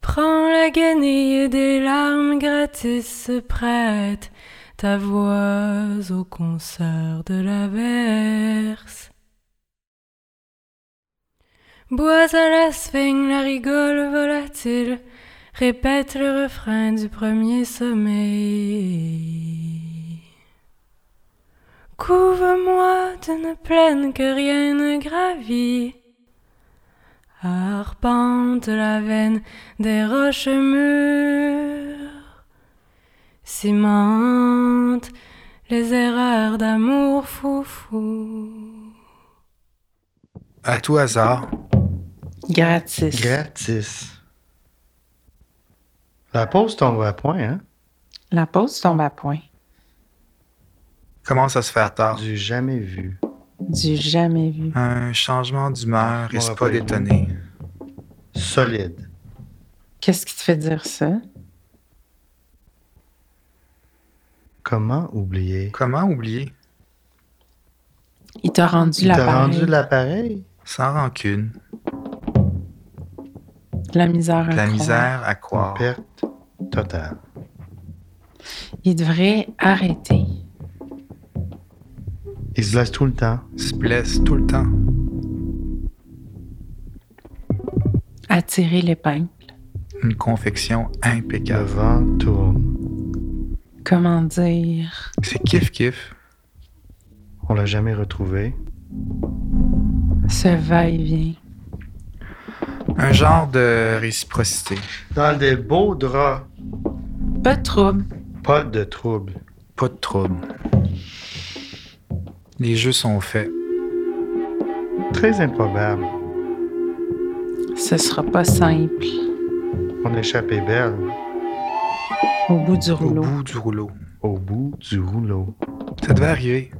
prend la guenille des larmes gratis se prête ta voix au concert de la verse. Bois à la sphinx, la rigole volatile, répète le refrain du premier sommeil. Couvre-moi d'une plaine que rien ne gravit. Arpente la veine des roches mûres, cimente les erreurs d'amour foufou. À tout hasard, Gratis. gratis. La pause tombe à point, hein? La pause tombe à point. Commence à se faire tard. Du jamais vu. Du jamais vu. Un changement d'humeur On et c'est va pas pas y d'étonner. Solide. Qu'est-ce qui te fait dire ça? Comment oublier? Comment oublier Il t'a rendu Tu la t'as rendu l'appareil? Sans rancune, la misère. la incroyable. misère à Une croire. perte totale. Il devrait arrêter. Il se laisse tout le temps. Se blesse tout le temps. Attirer l'épingle. Une confection Le impeccable. vent tourne. Comment dire? C'est kiff kiff. On l'a jamais retrouvé. Ce va-et-vient. Un genre de réciprocité. Dans des beaux draps. Pas de trouble. Pas de trouble. Pas de trouble. Les jeux sont faits. Très improbable. Ce sera pas simple. On échappait belle. Au bout du Au rouleau. bout du rouleau. Au bout du rouleau. Ça devait arriver.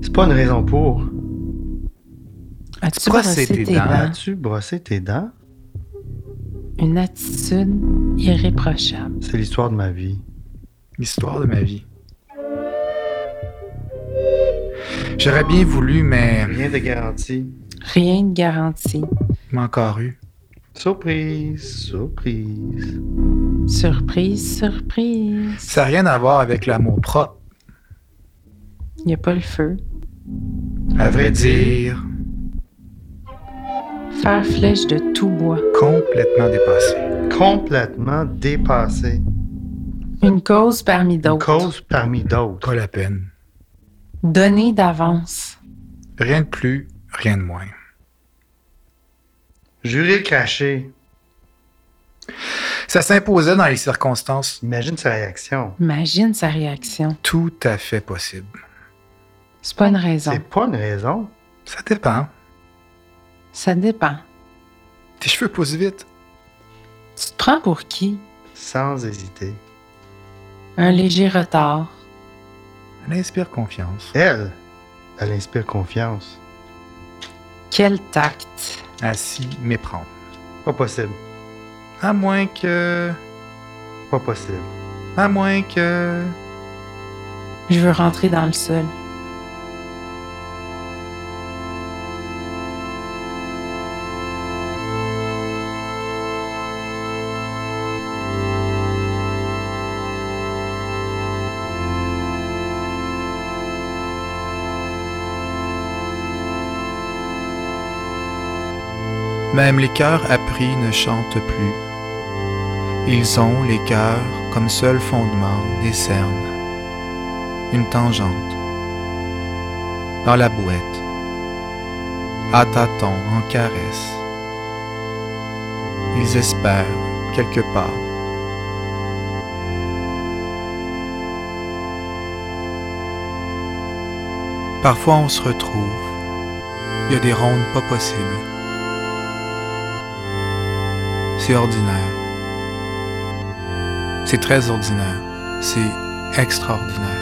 C'est pas une raison pour. As-tu Pourquoi brossé c'était tes dans- dents? As-tu brossé tes dents? Une attitude irréprochable. C'est l'histoire de ma vie. L'histoire de ma vie. J'aurais bien voulu, mais Rien de garanti. Rien de garanti. m'a encore eu. Surprise, surprise. Surprise, surprise. Ça n'a rien à voir avec l'amour propre. Il n'y a pas le feu. À vrai dire, Faire flèche de tout bois. complètement dépassé. Complètement dépassé. Une cause parmi Une d'autres. cause parmi d'autres. Pas la peine. Donner d'avance. Rien de plus, rien de moins. Jurer craché. Ça s'imposait dans les circonstances Imagine sa réaction. Imagine sa réaction. tout à fait possible. C'est pas une raison. C'est pas une raison. Ça dépend. Ça dépend. Tes cheveux poussent vite. Tu te prends pour qui? Sans hésiter. Un léger retard. Elle inspire confiance. Elle, elle inspire confiance. Quel tact. À s'y méprendre. Pas possible. À moins que. Pas possible. À moins que. Je veux rentrer dans le sol. Même les cœurs appris ne chantent plus. Ils ont les cœurs comme seul fondement des cernes. Une tangente. Dans la bouette. À tâtons, en caresse. Ils espèrent quelque part. Parfois on se retrouve. Il y a des rondes pas possibles. C'est ordinaire. C'est très ordinaire. C'est extraordinaire.